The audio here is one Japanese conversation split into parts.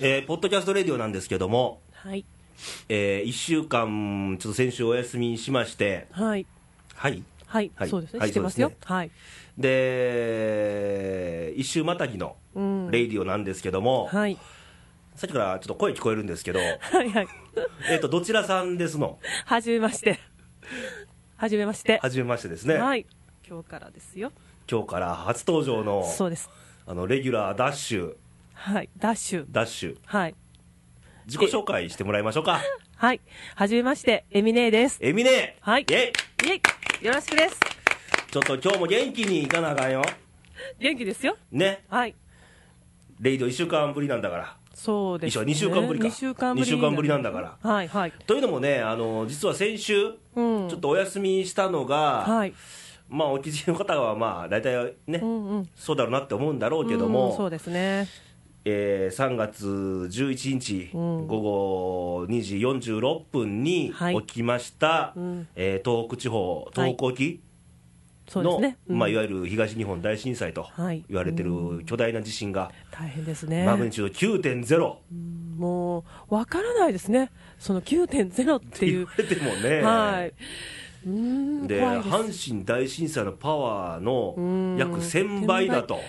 えーポッドキャストレディオなんですけども、はい。え1週間、ちょっと先週お休みしまして、はい。はい。はい。はいそうですね。はいしてますよ。そうですはい。で、一周またぎのうん。レイディオなんですけども、はい。さっきからちょっと声聞こえるんです けど、はいはい。えっと、どちらさんですのはじめまして。はじめまして。はじめましてですね、はい。今日からですよ。今日から初登場のそうです。あのレギュラーダッシュ、はい。ダッシュ。ダッシュ、はい。自己紹介してもらいましょうか。はい。はじめまして。エミネーです。エミネはいイェイイェイよろしくです。ちょっと今日も元気にいかなあかんよ。元気ですよ。ね、はい。レイディオ1週間ぶりなんだから。そうです、一ね。緒二週間ぶりか二週間ぶり。二週間ぶりなんだからはいはい。というのもね、あの実は先週、うん。ちょっとお休みしたのが、はい。まあ、お気づきの方は、まあ、大体ね、うんうん。そうだろうなって思うんだろうけどうんそうも、ですね。えー3月11日、うん午後2時46分にはい起きました、うんえー東北地方、東北沖そうでの、すね。うんまあ、いわゆる東日本大震災とはい言われてる巨大な地震が、大変ですね。マグニチュード9.0っもうわからないですね、その9.0っててい言うわ、れてもね。はい、うーんで怖いです阪神大震災のパワーのうん約1000倍だと、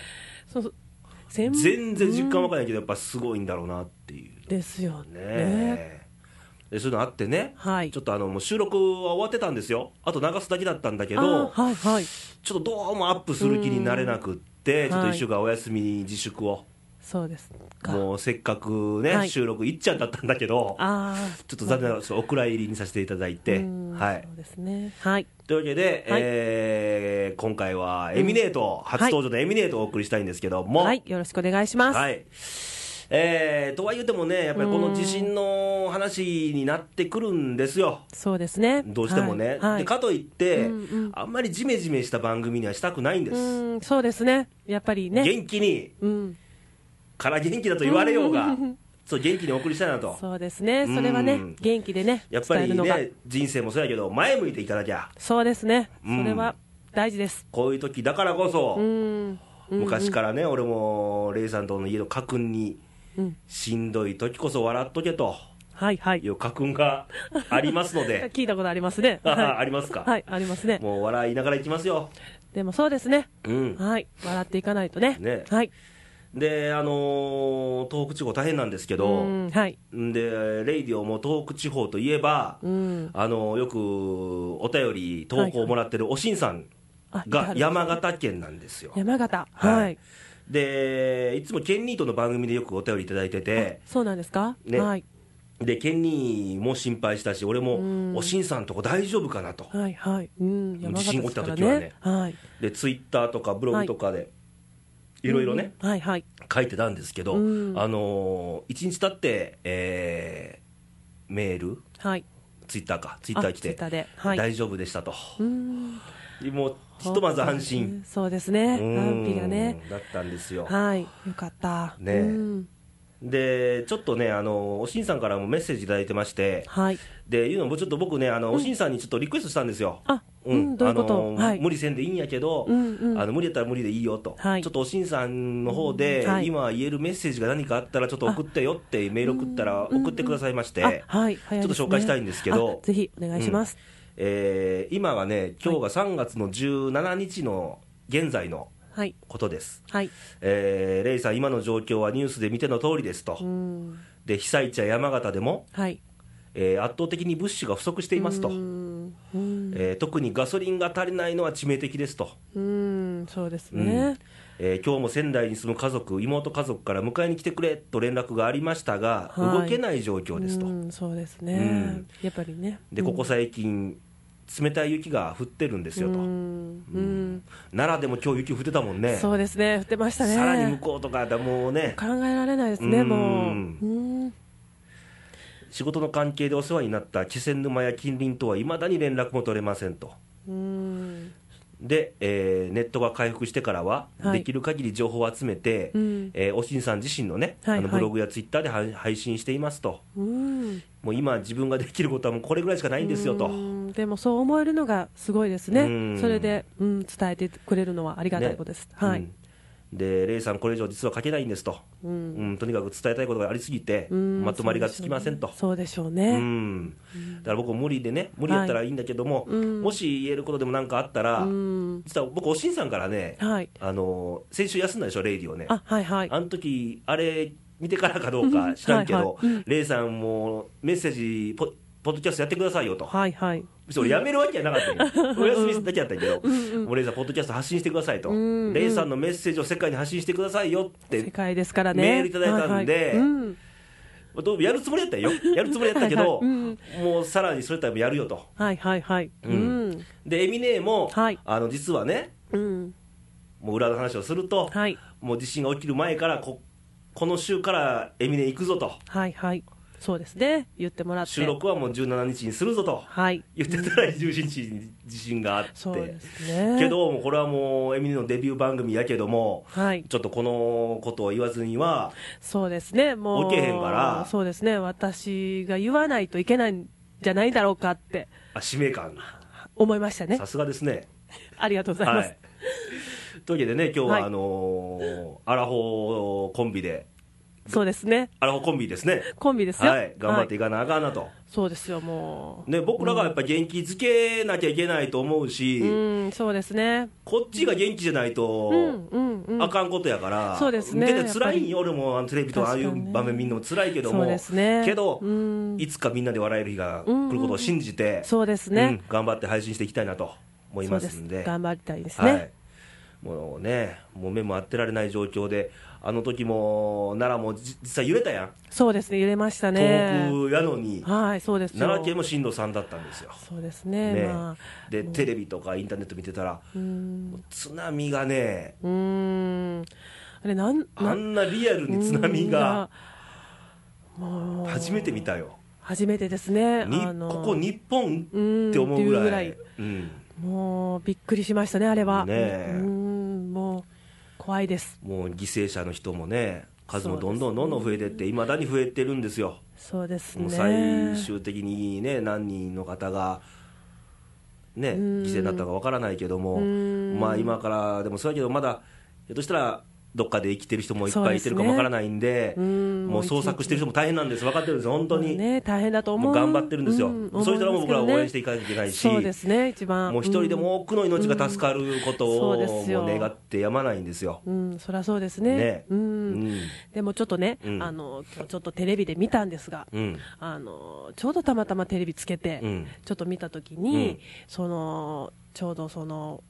そうそう全部全然実感わかんないけど、やっぱすごいんだろうなっていうですよねね、でそういうのあってね、はいちょっとあのもう収録は終わってたんですよ、あと流すだけだったんだけあど、ーはいはい、ちょっとどうもアップする気になれなくって、んちょっと1はい週間お休み自粛を、そうですか、もうせっかくね、はい収録いっちゃんだったんだけど、あちょっと残念ながら、そうお蔵入りにさせていただいて。ははいそうですね、はい、というわけで、はいえー今回はエミネート、初登場のエミネートをお送りしたいんですけども、はい、よろしくお願いします。はいえーとは言うてもね、やっぱりこの地震の話になってくるんですよ、そうですねどうしてもね。はいはいでかといって、うんうんあんまりジメジメした番組にはしたくないんでうす、ーんそうですね、やっぱりね、元気に、うん、から元気だと言われようが、うん そう元気にお送りしたいなと、そうですね、それはねうん、元気でね、やっぱ伝えりるのが、ね、人生もそうやけど、前向いていただきゃ、そうですね、そうんれは大事です。こういう時だからこそ。うんうん昔からね、俺もレイさんとの家の家訓に、うんしんどい時こそ笑っとけとはいはいい。う家訓がありますの で、聞いたことありますね。ああはりますい、か、はい、ありますね。もう笑いながらいきますよ、でもそうですね。うん、はい、笑っていかないとね。ねはい。で、あのー東北地方、大変なんですけうど、んはい。んで、レイディオも東北地方といえば、うん。あのーよくお便り、投稿をもらってるおしんさんあが山形。形県なんですよ。山形。はいはい。で、いつもケンニートの番組でよくお便りいただいてて、そうなんですかねはい。で、ケンニーも心配したし、俺うんも、おしんさんとこ大丈夫かなと、はいはい。うん。山地震形起きですたから時はねね。はい。で、ツイッターとかブログとかで、いろいろね、うん。はいはい。書いてたんですけど、うんあのー、1日経って、えーメール、はい。ツイッターか、ツイッター来あツイてッターで、はい大丈夫でしたと、うん。もうひとまず安心、。そうですね。安否がね。うんだったんですよ。はい。よかった。ねうんで、ちょっとね、あのーおしんさんからもメッセージいただいてまして、はい。でいうのも、ちょっと僕ね、あのおしんさんにちょっとリクエストしたんですよ。あ、うん。どういうこあのとーはい無。理せんでいいんやけど、うんうんあの無理やったら無理でいいよと、はいちょっとおしんさんの方で、うんはい今言えるメッセージが何かあったら、ちょっと送ってよってメール送ったら、うん送ってくださいまして、あはい。ちょっと紹介したいんですけどぜひお願いします。えー今はね、今日が3月の17日の現在のはい。ことです、はい。えーレイさん、今の状況はニュースで見ての通りですと、うん。で被災地や山形でも、はい。えー圧倒的に物資が不足していますとう、ん。うんえー特にガソリンが足りないのは致命的ですと。うん。そうですうねん。えー今日も仙台に住む家族、妹家族から迎えに来てくれと連絡がありましたが、はい動けない状況ですと、うんそうですうねん。やっぱりね。でここ最近、冷たい雪が降ってるんですよと、うんううんん。奈良でも今日雪降ってたもんね、そうですね。降ってましたね。さらに向こうとかだ、もうね、考えられないですうね。んもう。うん。仕事の関係でお世話になった気仙沼や近隣とはいまだに連絡も取れませんと。うん。で、えーネットが回復してからは、はいできる限り情報を集めて、うんえーおしんさん自身のね、はいあのはいブログやツイッターで配配信していますと、うん。もう今、自分ができることはもうこれぐらいしかないんですよと、うんでもそう思えるのがすごいですうんね。それで、うん、伝えてくれるのはありがたいことです。はういん。でレイさん、これ以上実は書けないんですと、ううんん、とにかく伝えたいことがありすぎて、うんまとまりがつきませんと。そうでしょううね、ん、だから僕、無理でね、無理やったらいいんだけども、うんもし言えることでもなんかあったら、うん実は僕、おしんさんからね、はいあの先週休んだでしょ、レイディをね、あはいはいあの時あれ見てからかどうか知らんけどうんはいはいう、レイさんもメッセージポ、ポッドキャストやってくださいよと、はいはいそれやめるわけじゃなか ったんよお休みだけやったんやけど、うんもうレイさん、ポッドキャスト発信してくださいと、うんレイさんのメッセージを世界に発信してくださいよっ世て、界ですからねメールいただいたんではいはいうんどうやるつもりやったんよ、 やるつもりやったけはいど、はいうんもうさらにそれとはやるよと。はいはいはいうんんでエミネも、はいあの実はねうんもう裏の話をすると、はいもう地震が起きる前からここの週からエミネ行くぞとはいはいそうですね言ってもらって収録はもう17日にするぞとはい言ってたら17日に地震があって、そうですねけどもうこれはもうエミネのデビュー番組やけどもはいちょっとこのことを言わずにはそうですねもう置けへんからそうですね私が言わないといけないんじゃないだろうかってあ使命感思いましたねさすがですねありがとうございはますいというわけでね今日ははいあのーアラホーコンビでそうですねアラホーコンビですねコンビですよはい、頑張ってはいかなあかんなと、そうですよもうね、僕らがやっぱ元気づけなきゃいけないと思うし、うんそうですねこっちが元気じゃないとうんうんうんあかんことやから、そうですね見てて辛いんよ、俺もあのテレビとああい確かにうね場面見るのも辛いけどそも、うですねけど、うんいつかみんなで笑える日が来ることを信じて、そうですうねん頑張って配信していきたいなと思いますそんうで。頑張りたいですはねいもうね、もう目も合ってられない状況で、あの時も奈良もじ実際揺れたやん、そうですね揺れましたね東北やのに、はいそうですよ奈良県も震度3だったんですよ。そうですねねまあでテレビとかインターネット見てたら、うんもう津波がね、うーんあれなんあなんんなリアルに津波がもう初めて見たよ、初めてですねにあのここ、日本うんって思うぐらい、っていうぐらいうんもうびっくりしましたね、あれは。ねえうーんもう怖いです、もう犠牲者の人もね、数もどんどんどんどん増えてって、いまだに増えてるんですよ、そうですもね、う最終的にね、何人の方が。ね、うん犠牲になったかわからないけども、うんまあ今からでもそうやけど、まだひょっとしたらどっかで生きてる人もいっそうぱいでいてすねるかもわからないんで、うんもう捜索してる人も大変なんです、分かってるんです、本当に、ね、大変だと思もう、う頑張ってるんですよ、うそういう人らも僕らは応援していいかなきゃいけないし、そうですね、一番、もう一人でうん、も多くの命が助かることを、うんそうですよもう願ってやまないんですよ。うん、そりゃそうですね、ねう、うんんでもちょっとね、うんあの、今日ちょっとテレビで見たんですが、うんあのちょうどたまたまテレビつけて、うんちょっと見たときに、うんそのちょうどその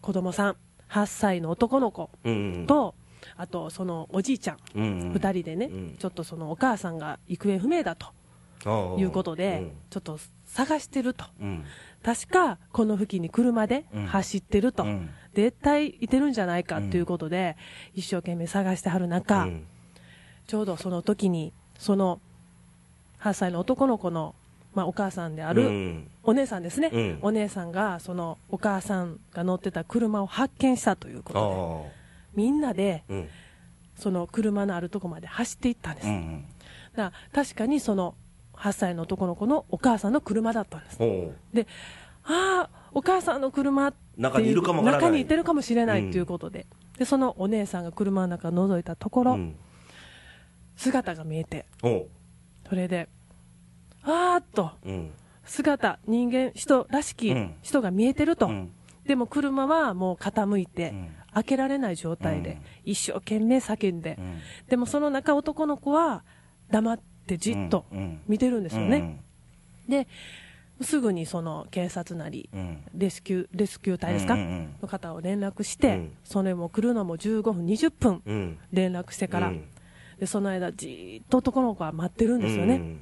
子供さん8歳の男の子うんと、あとそのおじいちゃんうん2人でね、うんちょっとそのお母さんが行方不明だとということで、ちょっと探してるとうん確かこの付近に車でうん走ってると、うん絶対いてるんじゃないかということで、一生懸命探してはる中、うんちょうどその時に、その8歳の男の子の、まあ、お母さんであうるんお姉さんですね、うんお姉さんが、そのお母さんが乗ってた車を発見したというこあとあで、みんなでうんその車のあるとこまで走っていったんです。うんだから確かにその8歳の男の子のお母さんの車だったんです。ほうで、ああ、お母さんの車っていう中にいるかもわからない中にいてるかもしれなうんいということで、でそのお姉さんが車の中を覗いたところ、うん姿が見えて、ほそれで、あーっと、ううん姿、人間、人らしきうん人が見えてると、うんでも車はもう傾いて、うん開けられない状態で、うん一生懸命叫んで、うんでもその中、男の子は黙ってじっとうんうん見てるんですよね、うんで、すぐにその警察なり、うんレスキューレスキュー隊ですか、うんうんうんの方を連絡して、うんそれも来るのも15分、20分、うん連絡してから、うんでその間、じーっと男の子は待ってるんですよね。うん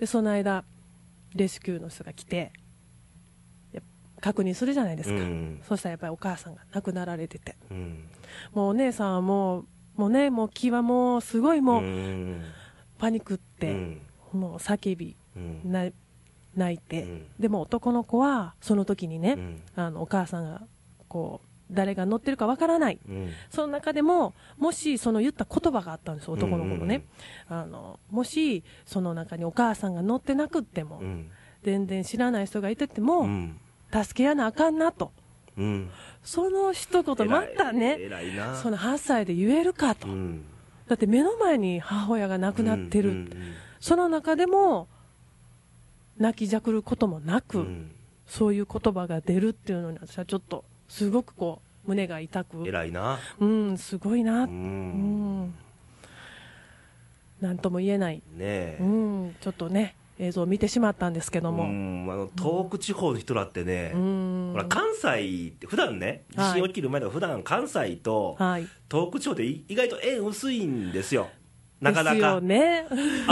でその間レスキューの人が来てやっぱ確認するじゃないですか、うんそしたらやっぱりお母さんが亡くなられててうんもうお姉さんはもうもうねもう気はもうすごいもううんパニックって、うんもう叫びうんな泣いて、うんでも男の子はその時にね、うんあのお母さんがこう誰が乗ってるかわからない、うんその中でも、もしその言った言葉があったんですよ、男の子のね、あのもしその中にお母さんが乗ってなくっても、うん全然知らない人がいてても、うん助けやなあかんなとうん、その一言、またね、偉い偉いなその8歳で言えるかと、うん、だって目の前に母親が亡くなってる、うんうんその中でも、泣きじゃくることもなく、うんそういう言葉が出るっていうのに、私はちょっと、すごくこう、胸が痛く、偉いな、うん、すごいな、う、うんねん、なんとも言えない、えう、ん、ちょっとね、映像を見てしまったんですけどうも、んあの東北地方の人だってね、うんほら関西って普段ね、地震起きる前とか、普段関西とはい、東北地方ってい意外と縁薄いんですよ、なかなですよか。ね、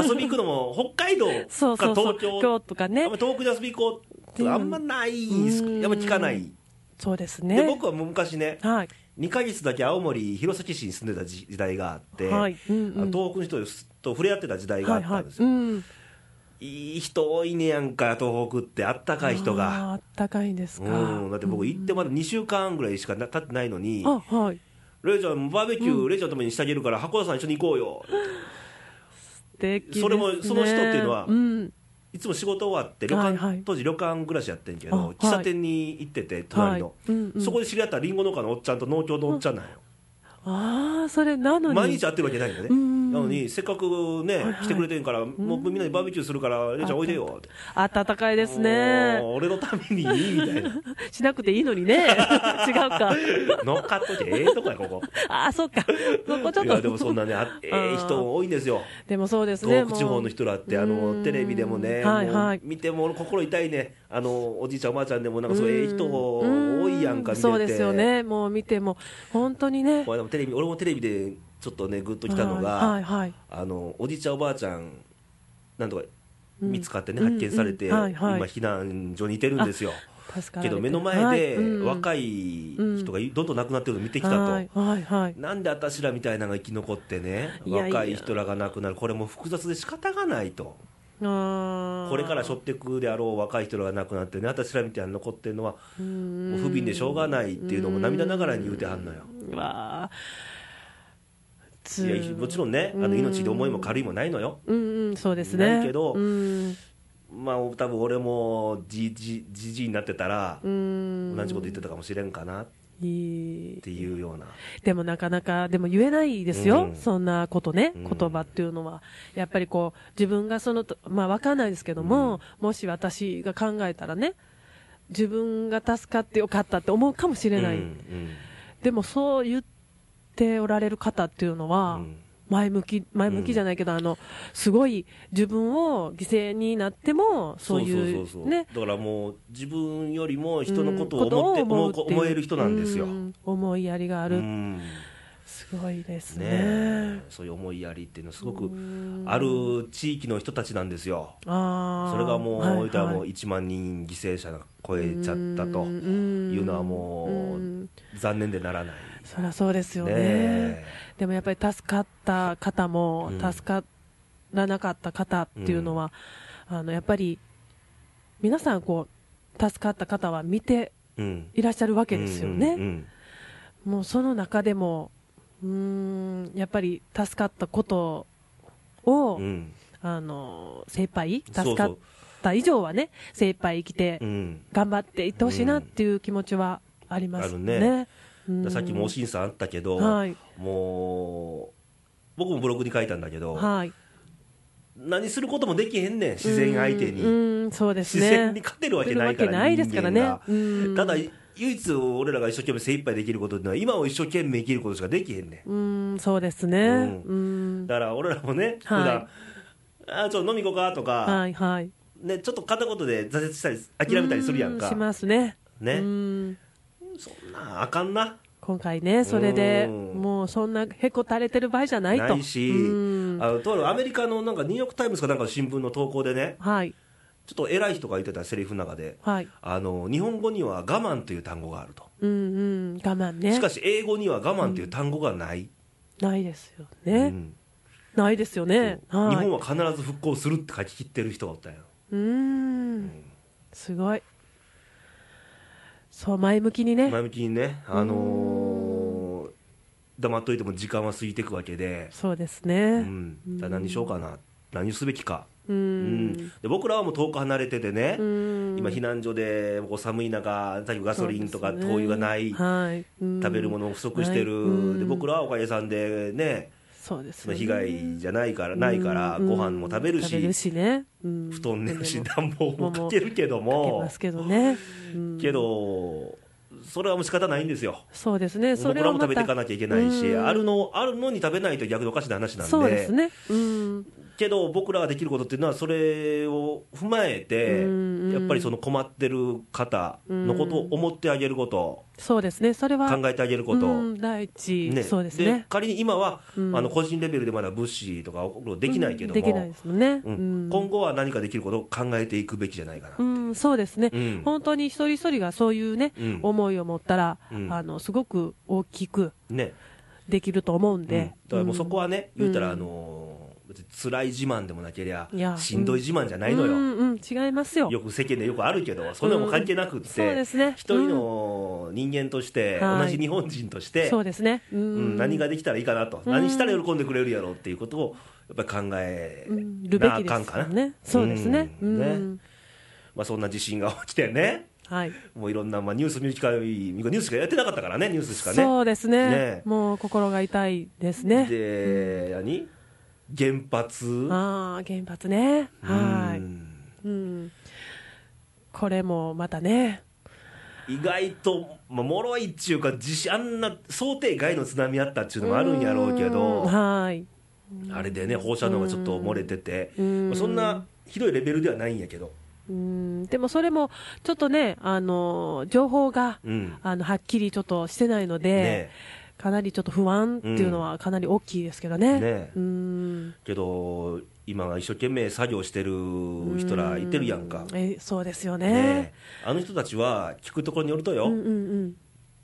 遊び行くのも北海道 そうかそうそう東京京とかねあんま遠くで遊び行こうってあんまないんすうんやっぱ聞かない、そうですでね。僕はもう昔ねはい、 2ヶ月だけ青森弘前市に住んでた時時代があって、はいうんうんあの東北の人と触れ合ってた時代があはっい、たはんいですよ、、うん。いい人多いねやんか東北ってあったかい人があーあったかいんですか。うんだって僕行ってまだ2週間ぐらいしかな経ってないのにあ、はい。 「レイちゃんバーベキュー、レイちゃんのためにしてあげるから箱田さん一緒に行こうよ」素敵ですねそれもその人っていうのはうん、いつも仕事終わって旅館、はいはい当時旅館暮らしやってんけあはどい喫茶店に行ってて隣の、はいうんうんそこで知り合ったりんご農家のおっちゃんと農協のおっちゃんなんよ、ああ、それなのに。毎日会ってるわけないんだね、うんうんなのにせっかくね、はいはい来てくれてんからもうみんなでバーベキューするからレイちゃんおいでよって暖かいですねも。う俺のためにいいみたい なしなくていいの にね。違うか。乗っかっとけええとこやここああ、そっか。そこちょっと。いやでもそんなねあええ人多いん ですよでもそうですね。東北地方の人らって、あうのんテレビでもね、はいもうはい見ても俺心痛いね、あのおじいちゃん、おばあちゃんでも、なんかそういうええ人うん多いやんか、見てて、そうですよね。もう見ても、本当にね。これでもテレビ俺もテレビでちょっとね、ぐっときたのが、はい、はい、あのおじいちゃん、おばあちゃん、なんとかうん見つかってね、うん発見されて、うんはいはい今、避難所にいてるんですよ。確かに。けど目の前でい若い人がどんどん亡くなってるのを見てきたと、はい、はい、はい。なんで私らみたいなのが生き残ってね、いやいや若い人らが亡くなる、これもう複雑で仕方がないと、ここれから背負ってくであろう若い人らが亡くなってね、私らみたいなの残ってるのは、もう不憫でしょうがないっていうのも涙ながらに言うてはんのよ。うわあいつやもちろんね、あの命の重いも軽いもないのよ、うんうんそうですねないけどうんまあ多分俺もじじじじいになってたらう、ん同じこと言ってたかもしれんかなっいいていうような、でもなかなかでも言えないですよ、うんそんなことね、うん言葉っていうのはやっぱりこう自分がそのとまあわかんないですけども、もし私が考えたらね自分が助かってよかったって思うかもしれない、うんうんでもそう言っておられる方っていうのは、うん前向き、前向きじゃないけど、あの、すごい自分を犠牲になっても、そういう、そうそうそうそうね、だからもう自分よりも人のことをうん思って,、思うことを思える人なんですよ、ううん思いやりがある。んすごいですねね。えそういう思いやりっていうのすごうくんある地域の人たちなんですよあーそれがもう,、はいいはいたらもう1万人犠牲者が超えちゃったというのはもうんう残念でならないそりゃそうですよねねえでもやっぱり助かった方も、うん助からなかった方っていうのは、あのやっぱり皆さんこう助かった方は見てうんいらっしゃるわけですよね、うんうんもうその中でもうーんやっぱり助かったことを、うんうんあの精一杯そうそう助かった以上はね精一杯生きて、うん頑張っていってほしいなっていう気持ちはありますあるねね。うんさっきもおしんさんあったけど、はいもう僕もブログに書いたんだけど、はい、何することもできへんねん自然相手に、うんうんそうです自ね然に勝てるわけないから、勝てるわけないですからね人間がうんただ唯一俺らが一生懸命精一杯できることってのは今を一生懸命生きることしかできへんねうんそうですね、うんうんんだから俺らもね、はい普段あーちょっと飲み行こうかとか、はいはいね、ちょっと片言で挫折したり諦めたりするやんかうしますねねうんそんなんあかんな今回ねそれでうんもうそんなへこたれてる場合じゃないとないし、うんあのとあるアメリカのなんかニューヨーク・タイムズかなんかの新聞の投稿でねはいちょっと偉い人が言ってたセリフの中ではいあの日本語には我慢という単語があるとうんうん我慢ねしかし英語には我慢という単語がない、ないですようね、んないですよそうねは日い本は必ず復興するって書き切ってる人がおったんようーん、すごい。そう、前向きにね。前向きにねあのー黙っといても時間は過ぎていくわけで、そうですうね。ん、だから何しようかな何すべきかうううんん、で僕らはもう遠く離れててね、うん今、避難所でお寒い中、最後ガソリンとかそうです灯ね油がない、はい、食べるもののも不足してないうんる、で僕らはおかげさんでね、そうですそのよね被害じゃないから、ないから、うんご飯も食べる食べしる、しね、うん布団寝るし、布団暖房もかけるけどもかけもます、けどね、うんけど、それはもう仕方ないんですよ。そうですね、そ僕れらをもまた食べていかなきゃいけないし、うんあるのあるのに食べないと逆におかしな話なんでそうですね、うん、けど僕らができることっていうのはそれを踏まえて、うんうんやっぱりその困ってる方のことを思ってあげること、そうですね、それは考えてあげること、うん、第一、ねそうですね、仮に今は、うんあの個人レベルでまだ物資とか送ることできないけども、うんできないですもんね、うんうん今後は何かできることを考えていくべきじゃないかな、うん、そうですね、うん本当に一人一人がそういうね、うん思いを持ったら、うんあのすごく大きくねできると思うんうんで、だからもうそこはね、言うたら、うんあのー別に辛い自慢でもなけりゃいやしんどい自慢じゃないのよ。うんうん、違いますよ、よく世間でよくあるけど、そんなのも関係なくっそうて、ですね、一人の人間として、うん同じ日本人としうんて、そうですね、ううんん、何ができたらいいかなと、うん何したら喜んでくれるやろうっていうことを、やっぱり考えうんるべなあきですかんかな、よね、そうですね、ううんんねまあ、そんな地震が起きてね、はい、もういろんな、まあ、ニュース見る機会、ニュースしかやってなかったからね、ニュースしかね。そうですねねもう心が痛いですね、で、何原発、ああ原発ね、はうんい、うん、これもまたね、意外と、まあ、脆いっちゅうか、地震、あんな想定外の津波あったっちゅうのもあるんやろうけどうん。はい、あれでね、放射能がちょっと漏れてて、うんまあそんなひどいレベルではないんやけど、うんでもそれもちょっとね、あの情報が、うんあのはっきりちょっとしてないので、ねかなりちょっと不安っていうのは、かなり大きいですけどね。ねうんけど、今は一生懸命作業してる人らいてるやんか、うねえそうですよねえあの人たちは聞くところによるとよ、うんうん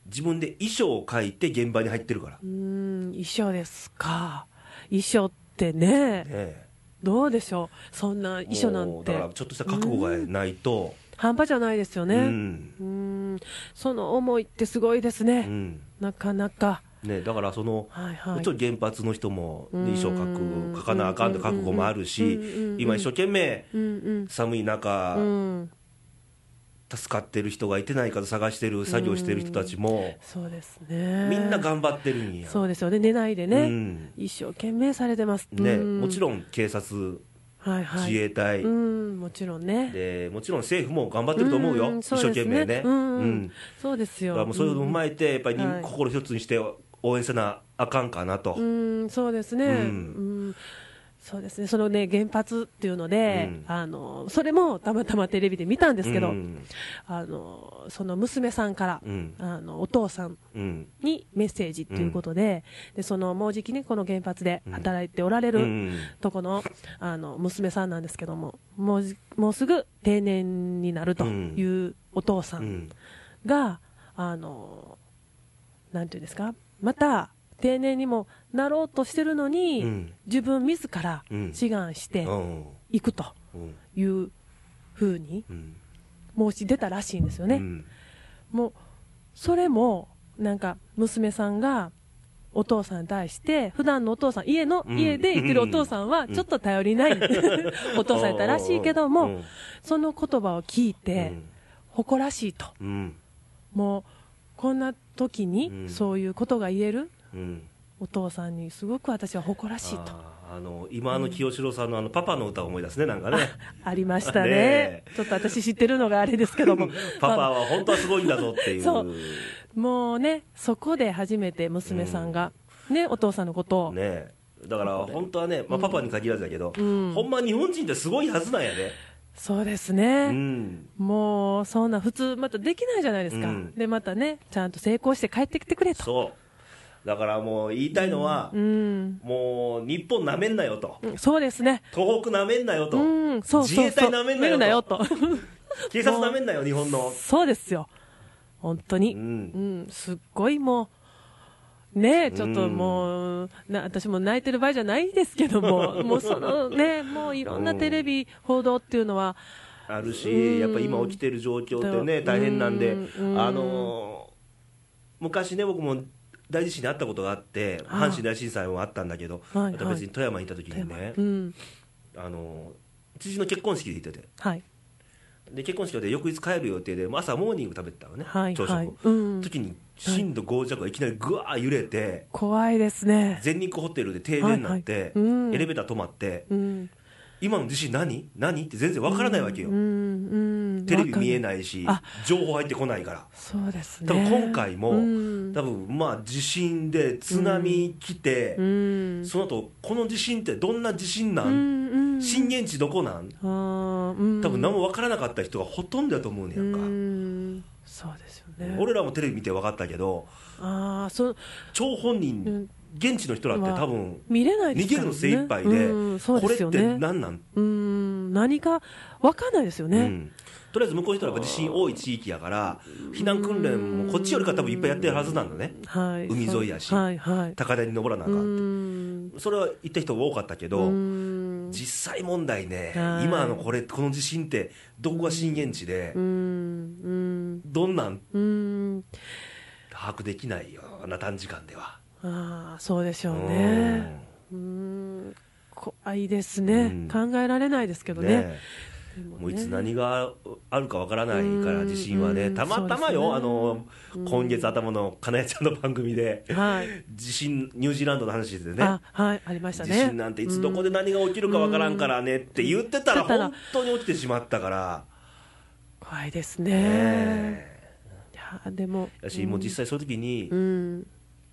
自分で衣装を書いて現場に入ってるから、うんうん衣装ですか衣装ってねねえどうでしょうそんな衣装なんもうだてからちょっとした覚悟がないと、半端じゃないですよねううんんその思いってすごいですうね、んなかなかねえ、だからその、はいはもいちろん原発の人も、うんね、衣装書く書かなあかんって覚悟もあるしうんうんう、ん今、一生懸命うん寒い中うん、うん助かってる人がいてないかと探してる作業してる人たちも、そうですねみんな頑張ってるんやそうですよね寝ないでね、うん一生懸命されてますね、うんもちろん警察はいはい、自衛隊、うんもちろんねでもちろん政府も頑張ってると思うよ、ん一生懸命ね、うん、うんだそうですよ。からもうそういうのを踏まえてやっぱり人、はい心一つにして応援せなあかんかなと、うん、そうですね。ううんん。そうですねそのね原発っていうので、うんあのそれもたまたまテレビで見たんですけど、うんあのその娘さんから、うんあのお父さんうんにメッセージということで,、でそのもうじきねこの原発で働いておられる、うんとこのあの娘さんなんですけどももうじもうすぐ定年になるというお父さうんんが、あの、なんていうんですか、また、定年にもなろうとしてるのに、うん自分自らうん志願してうんいくとうんいうふうにうん申し出たらしいんですよね。うんもう、それも、なんか、娘さんが、お父さんに対して、普段のお父さん、家の、うん家で生きるお父さんは、ちょっと頼りない、お父さんやったらしいけどうんも、その言葉を聞いてうん、誇らしいと。うんもうこんな時うにんそういうことが言えるうんお父さんにすごく私は誇らしいとああーあの今の清志郎さんのあのパパの歌を思い出すねなんかねりましたねねちょっと私知ってるのがあれですけども パパまあは本当はすごいんだぞっていう。そうもうねそこで初めて娘さんが、ねお父さんのことを、ねえだから本当はね、まあ、パパに限らずだけど、うんほんま日本人ってすごいはずなんやね。そうですうね、ん。もうそんな普通またできないじゃないですか、うんでまたねちゃんと成功して帰ってきてくれとそう。だからもう言いたいのは、うんもう日本なめんなよと。そうですね東北なめんなよと。うんそう自そう衛そ隊うなめん見るななよよと。と警察なめんなよ、日本 の。そうですよ本当に、うんう。ん、すっごいもう、ねえ、ちょっとうんもう、な私も泣いてる場合じゃないですけ ども、もうそのね、もういろんなテレビ報道っていうのは、あるうし、んやっぱ今起きてる状況ってね、大変なんで、うんあのー昔ね、僕も大地震にあったことがあって、ああ阪神大震災もあったんだけど、はいはいあと別に富山にいた時にね、うん、あのー父の結婚式で行っててはい。で結婚式で翌日帰る予定でもう朝モーニング食べてたのね、はい朝食を、はいうん時に震度5弱がいきなりぐわー揺れて怖いですね。全日空ホテルで停電になって、はいはいうんエレベーター止まって、うん。今の地震何何って全然わからないわけよ、うん、うん。テレビ見えい。ないしあ情報入ってこないからそうですね。多分今回も、うん多分まあ地震で津波来て、うん。その後この地震ってどんな地震な、うんん。うん。震源地どこなんあーうん。多分何も分からなかった人がほとんどだと思うねやんか、うん。そうですよね。俺らもテレビ見て分かったけどああ、そう、張本人、うん現地の人らって多分見れない逃げるの精一杯で,、うん、そうこれでっすよてね。何なん、うん、何かわかんないですよね。うんとりあえず向こうの人らは地震多い地域やから避難訓練もこっちよりか多分いっぱいやってるはずなんだねはい。海沿いやしそうはいはい。高台に登らなあうかんん。それは言った人も多かったけうどん。実際問題ねはい今のこれこの地震ってどこが震源地でうん。うん。どんなんうん。把握できないよあんな短時間では。ああ、そうでしょううんね。うん。怖いですうねん。考えられないですけどね。ねでもねもういつ何があるかわからないから、うん地震はうね、んたまたまよ、あその今月頭のかなえちゃんの番組で、 はい。地震、ニュージーランドの話でねあ、、はい、ありました地ね。震なんていつどこで何が起きるかわからんからねって言ってたら、うん言ってたら本当に起きてしまったから、怖いですねね。えいやー、でも。やし、もう実際、そういう時にうん。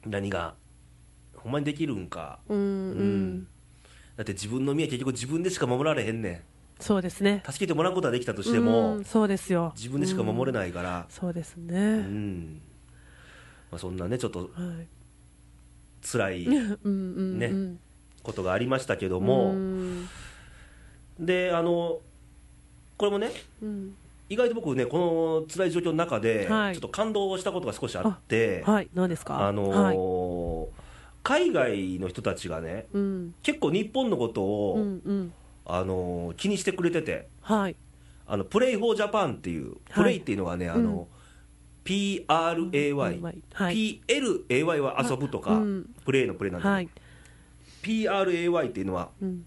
何が、ほんまにできるんか、うん。うん。だって自分の身は結局、自分でしか守られへんねそうですねん、。助けてもらうことはできたとしてもうん、そうですよ。自分でしか守れい。ないから、そうですうね。んまあ、そんなね、ちょっとはい。 辛いうんうんねうん。ことがありましたけどうも、んであのこれもねうん意外と僕ねこの辛い状況の中で、はいちょっと感動したことが少しあってはい、何ですか。あのはい。ー海外の人たちがねうん。結構日本のことを、うんうん。あのー気にしてくれててはい。あのプレイフォージャパンっていう、プレイっていうのはねあの、うん PRAY、はい PLAY は遊ぶとか、うんプレイのプレイなんで、はい。 PRAY っていうのはうん。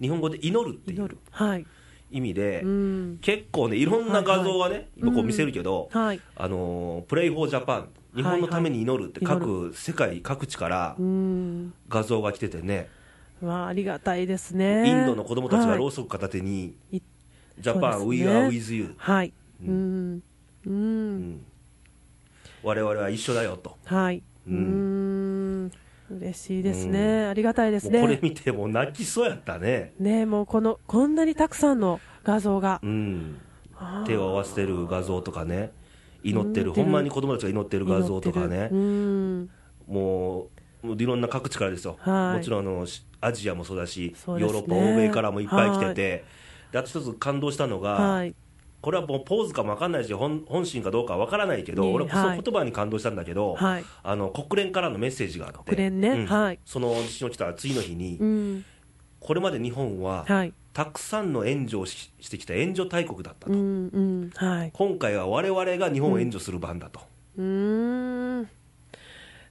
日本語で祈るってい祈うる。はい。意味で、うん。結構ね、いろんな画像がね、いはい今こう見せるけど、はい。あのープレイフォージャパン、日本のために祈るって、はいはい各世界各地からうん。画像が来ててね、わあ、ありがたいですね。インドの子供たちがろはうそく片手に、いいジャパン、そう We ですね are with you、はい。ううん。う。うんん、我々は一緒だよと、はい。ううんん。嬉しいですうね。ありがたいですもうこれね。見て、もう泣きそうやったね、ねもうこの、こんなにたくさんの画像がう。ん、あー手を合わせてる画像とかね、祈ってる、祈ってほるんまに子供たちが祈ってる画像とかねう。ん。もうもういろんな各地からですよ、はいもちろんあのしアジアもそうだしそうでヨすーねロッパ、欧米からもいっぱい来てて、であと一つ感動したのが、はい。これはもうポーズかも分かんないし、本本心かどうか分からないけど、ね俺、そのはい言葉に感動したんだけど、はい。あの国連からのメッセージがあって、国連ねうんはいその地震起きた次の日に、うん。これまで日本は、はい。たくさんの援助をししてきた援助大国だったと、うんうん。はい。今回は我々が日本を援助する番だと、うーん。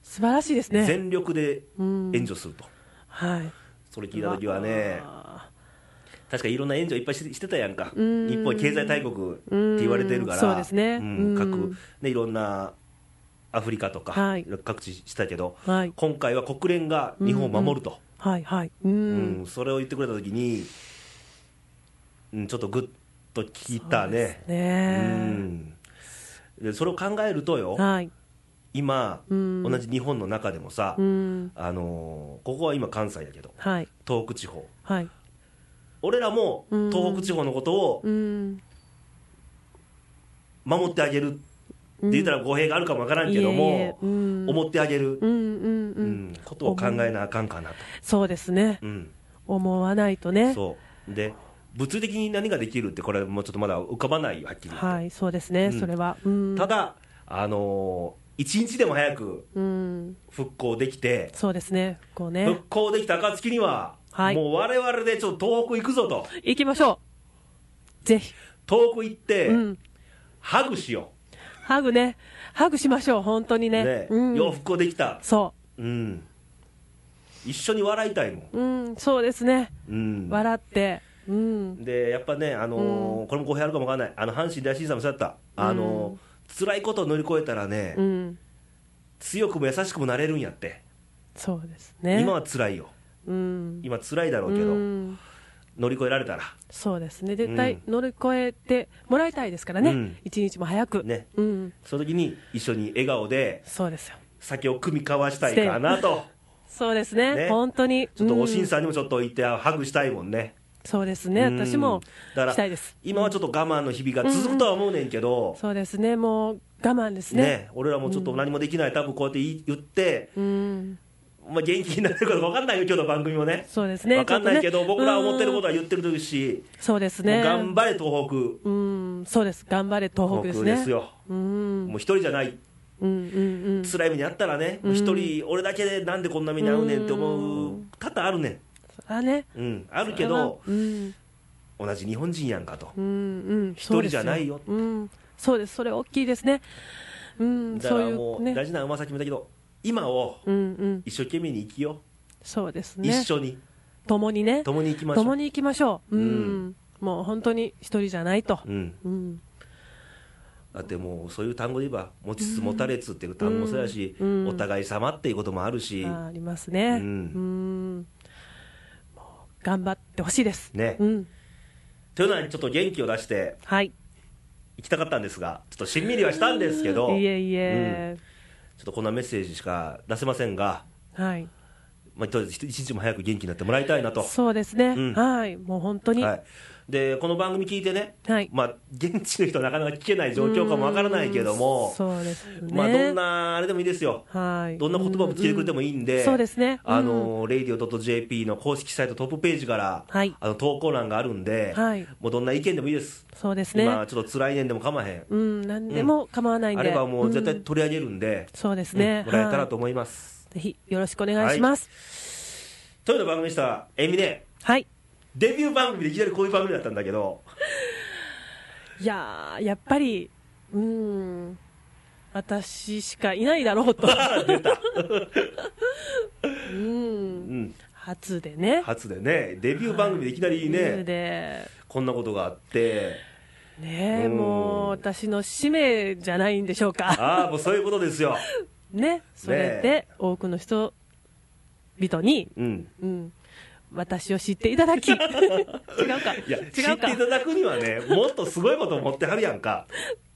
素晴らしいですね。全力でうん。援助すると、はい。それ聞いた時はねう。わ確かにいろんな援助いっぱいしてしてたやんか、うん日本経済大国って言われてるから、うんそうですねうんうん各ね、いろんなアフリカとか、はい各地したけど、はい今回は国連が日本を守ると、はいはい。ううんん。それを言ってくれたときに、うん、ちょっとぐっと聞いたね。そうですうね。んでそれを考えるとよ、はい。今、うん同じ日本の中でもさ、うん。あのーここは今、関西だけど、はい。東北地方、はい。俺らもうん東北地方のことをうん。守ってあげるって言ったら語弊があるかもわからんけどいえいえも、うん。思ってあげる、うんうんううんん。ことを考えなあかんかなと、そうですね。うん、思わないとね。そうで物理的に何ができるってこれもうちょっとまだ浮かばないよはっきり言って、はい。そうですね。うんそれは。うん。ただあのー一日でも早くうん。復興できてそうですね。こうね復。興できた暁には、はいもう我々でちょっと東北行くぞと行きましょう。ぜひ。東北行って、うん。ハグしよハグね。ハグしましょう。本当にう、ね。ねうん。よう復興できた、そうん、一緒に笑いたいもん、う。うん。そうですね。うん、笑って。うん。でやっぱね、あのーこれも語弊あるかもわかんない、あの阪神大震災もそうやった、あのー辛いことを乗り越えたらね、うん。強くも優しくもなれるんやって、そうですね。今は辛いよ、うん。今辛いだろうけど、うん乗り越えられたら、そうですね。絶対う乗り越えてもらいたいですからね。うん一日も早く。ねうん。その時に一緒に笑顔でそうですよ。酒を組み交わしたいかな と、そうですね。ね本当に。ちょっとおしんうんさんにもちょっと言って、ハグしたいもんね。そうですね。うん私もだからしたいです。今はちょっと我慢の日々が続くとは思うねんけど、そうですね。もう我慢ですねね。俺らもちょっと何もできない、多分こうやって言って、うん。まあ、元気になれるかどうか分かんないよ、今日の番組もね。そうですね。分かんないけど、ちょっとね僕らは思ってることは言ってるし、うんそうですね。もう頑張れ、東北、うん、そうです。頑張れ東北ですね。ですよ、うん。もう一人じゃない、うんうんうん。辛い目にあったらね、もう一人、俺だけでなんでこんな目に遭うねんって思う、多々あるねそらね。ん、うん、あるけど、うん同じ日本人やんかと、うんうん。一人じゃないようん。そうです。それ大きいですね。うん。だそかうらいもう、うね。大事な馬先もだけど、今をうんうん。一生懸命に生きよそうですう、ね。一緒に、共にね。共に行きましょう。共に行きましょう。ううんん。もう本当に一人じゃないと。うんうん。だってもうそういう単語で言えば持ちつ持たれつっていう単語もそうやし、うんうんお互い様っていうこともあるし、あありますね。ううんん。もう頑張ってほしいです。ねうん。というのはちょっと元気を出してはい。行きたかったんですがちょっとしんみりはしたんですけどいえういんえ。ちょっとこんなメッセージしか出せませんが、はい。まあ、とりあえず一日も早く元気になってもらいたいなと、そうですね、うんはい、もう本当に、はい、でこの番組聞いてね、はいまあ、現地の人はなかなか聞けない状況かもわからないけども、そうですよね、まあ、どんなあれでもいいですよ。はい、どんな言葉も聞いてくれてもいいんで、うんそうですねあの、radio.jp の公式サイトトップページから、はいあの投稿欄があるんで、はいもうどんな意見でもいいです。そうですね、今、ちょっと辛いねんでも構わへん。うん、なんでも構わないんあで、ればもう絶ん対取り上げるんで、そうですね、うんもらえたらはと思います。いぜひよろしくお願いします。というの番組でした、エミネ、はい、デビュー番組でいきなりこういう番組だったんだけど、い、やー、やっぱり、うん、私しかいないだろうと、 出た。 うん、うん、初でね、初でね、デビュー番組でいきなり初ね、でこんなことがあって、ねえ、うんもう私の使命じゃないんでしょうか。ああ、もうそういうことですよ。ね、それで多くの人々に、うん。うん、私を知ってい ただき、違うか、いや、知違っうていかた、だくにはね、もっとすごいこと持ってはるやんか。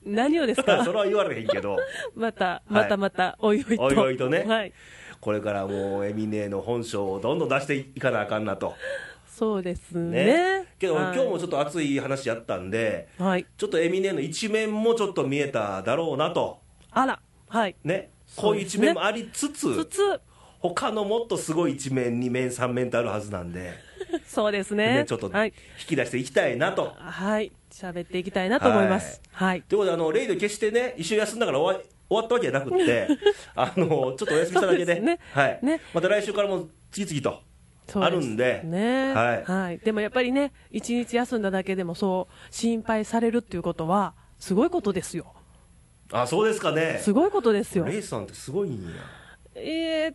何をですそか、れは言われへんけど、また、またまた、おいおいと、おいおいとねはい、これからもうエミネの本性をどんどん出していかなあかんなと。そうですね。ね。けど、はい今日もちょっと熱い話やったんで、はい、ちょっとエミネの一面もちょっと見えただろうなと。あら、はい、ね。こういう一面もありつつ、つつ、他のもっとすごい一面、二面、三面とあるはずなんで、 そうですねね、ちょっとはい引、き出していきたいなと。はい、喋っていきたいなと思います。はい、ということで、あの、レイド決してね、一週休んだから終わ終わったわけじゃなく って、あの、ちょっとお休みしただけそうでで、すねはい、ねまた来週からも次々と。そうすあるんでね、はいでもやっぱりね、一日休んだだけでもそう心配されるっていうことはすごいことですよ。あ、そうですかね。すごいことですよ。レイさんってすごいんや。え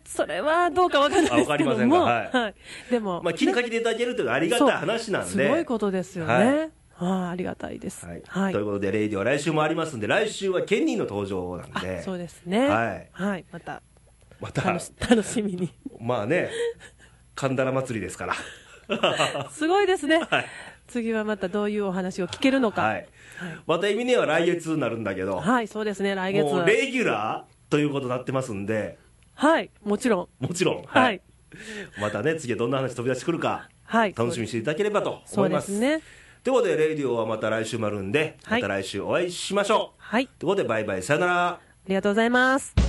ー、それはどうかわからないですけあわかりませどんがも、はいでも、まあ、気にかけていただけるというのはありがたい話なんで。そうすごいことですよね。はいはいありがたいです。はいはいということで、レイディは来週もありますんで、来週はケニーの登場なんあで、そうですね。はいまたまた楽、し 楽しみに。まあね、神田ら祭りですから、すごいですね、はい次はまたどういうお話を聞けるのか。ははいい、またエミネは来月になるんだけど、そうですね。来月もうは。レギュラーということになってますんで、はい、もちろん。もちろん、はい。またね、次はどんな話飛び出してくるか、はい楽しみにしていただければとそ思ういでますす。ね。ということで、レイディオはまた来週もあるんで、はいまた来週お会いしましょう。はい、ということで、バイバイ、さよなら。ありがとうございます。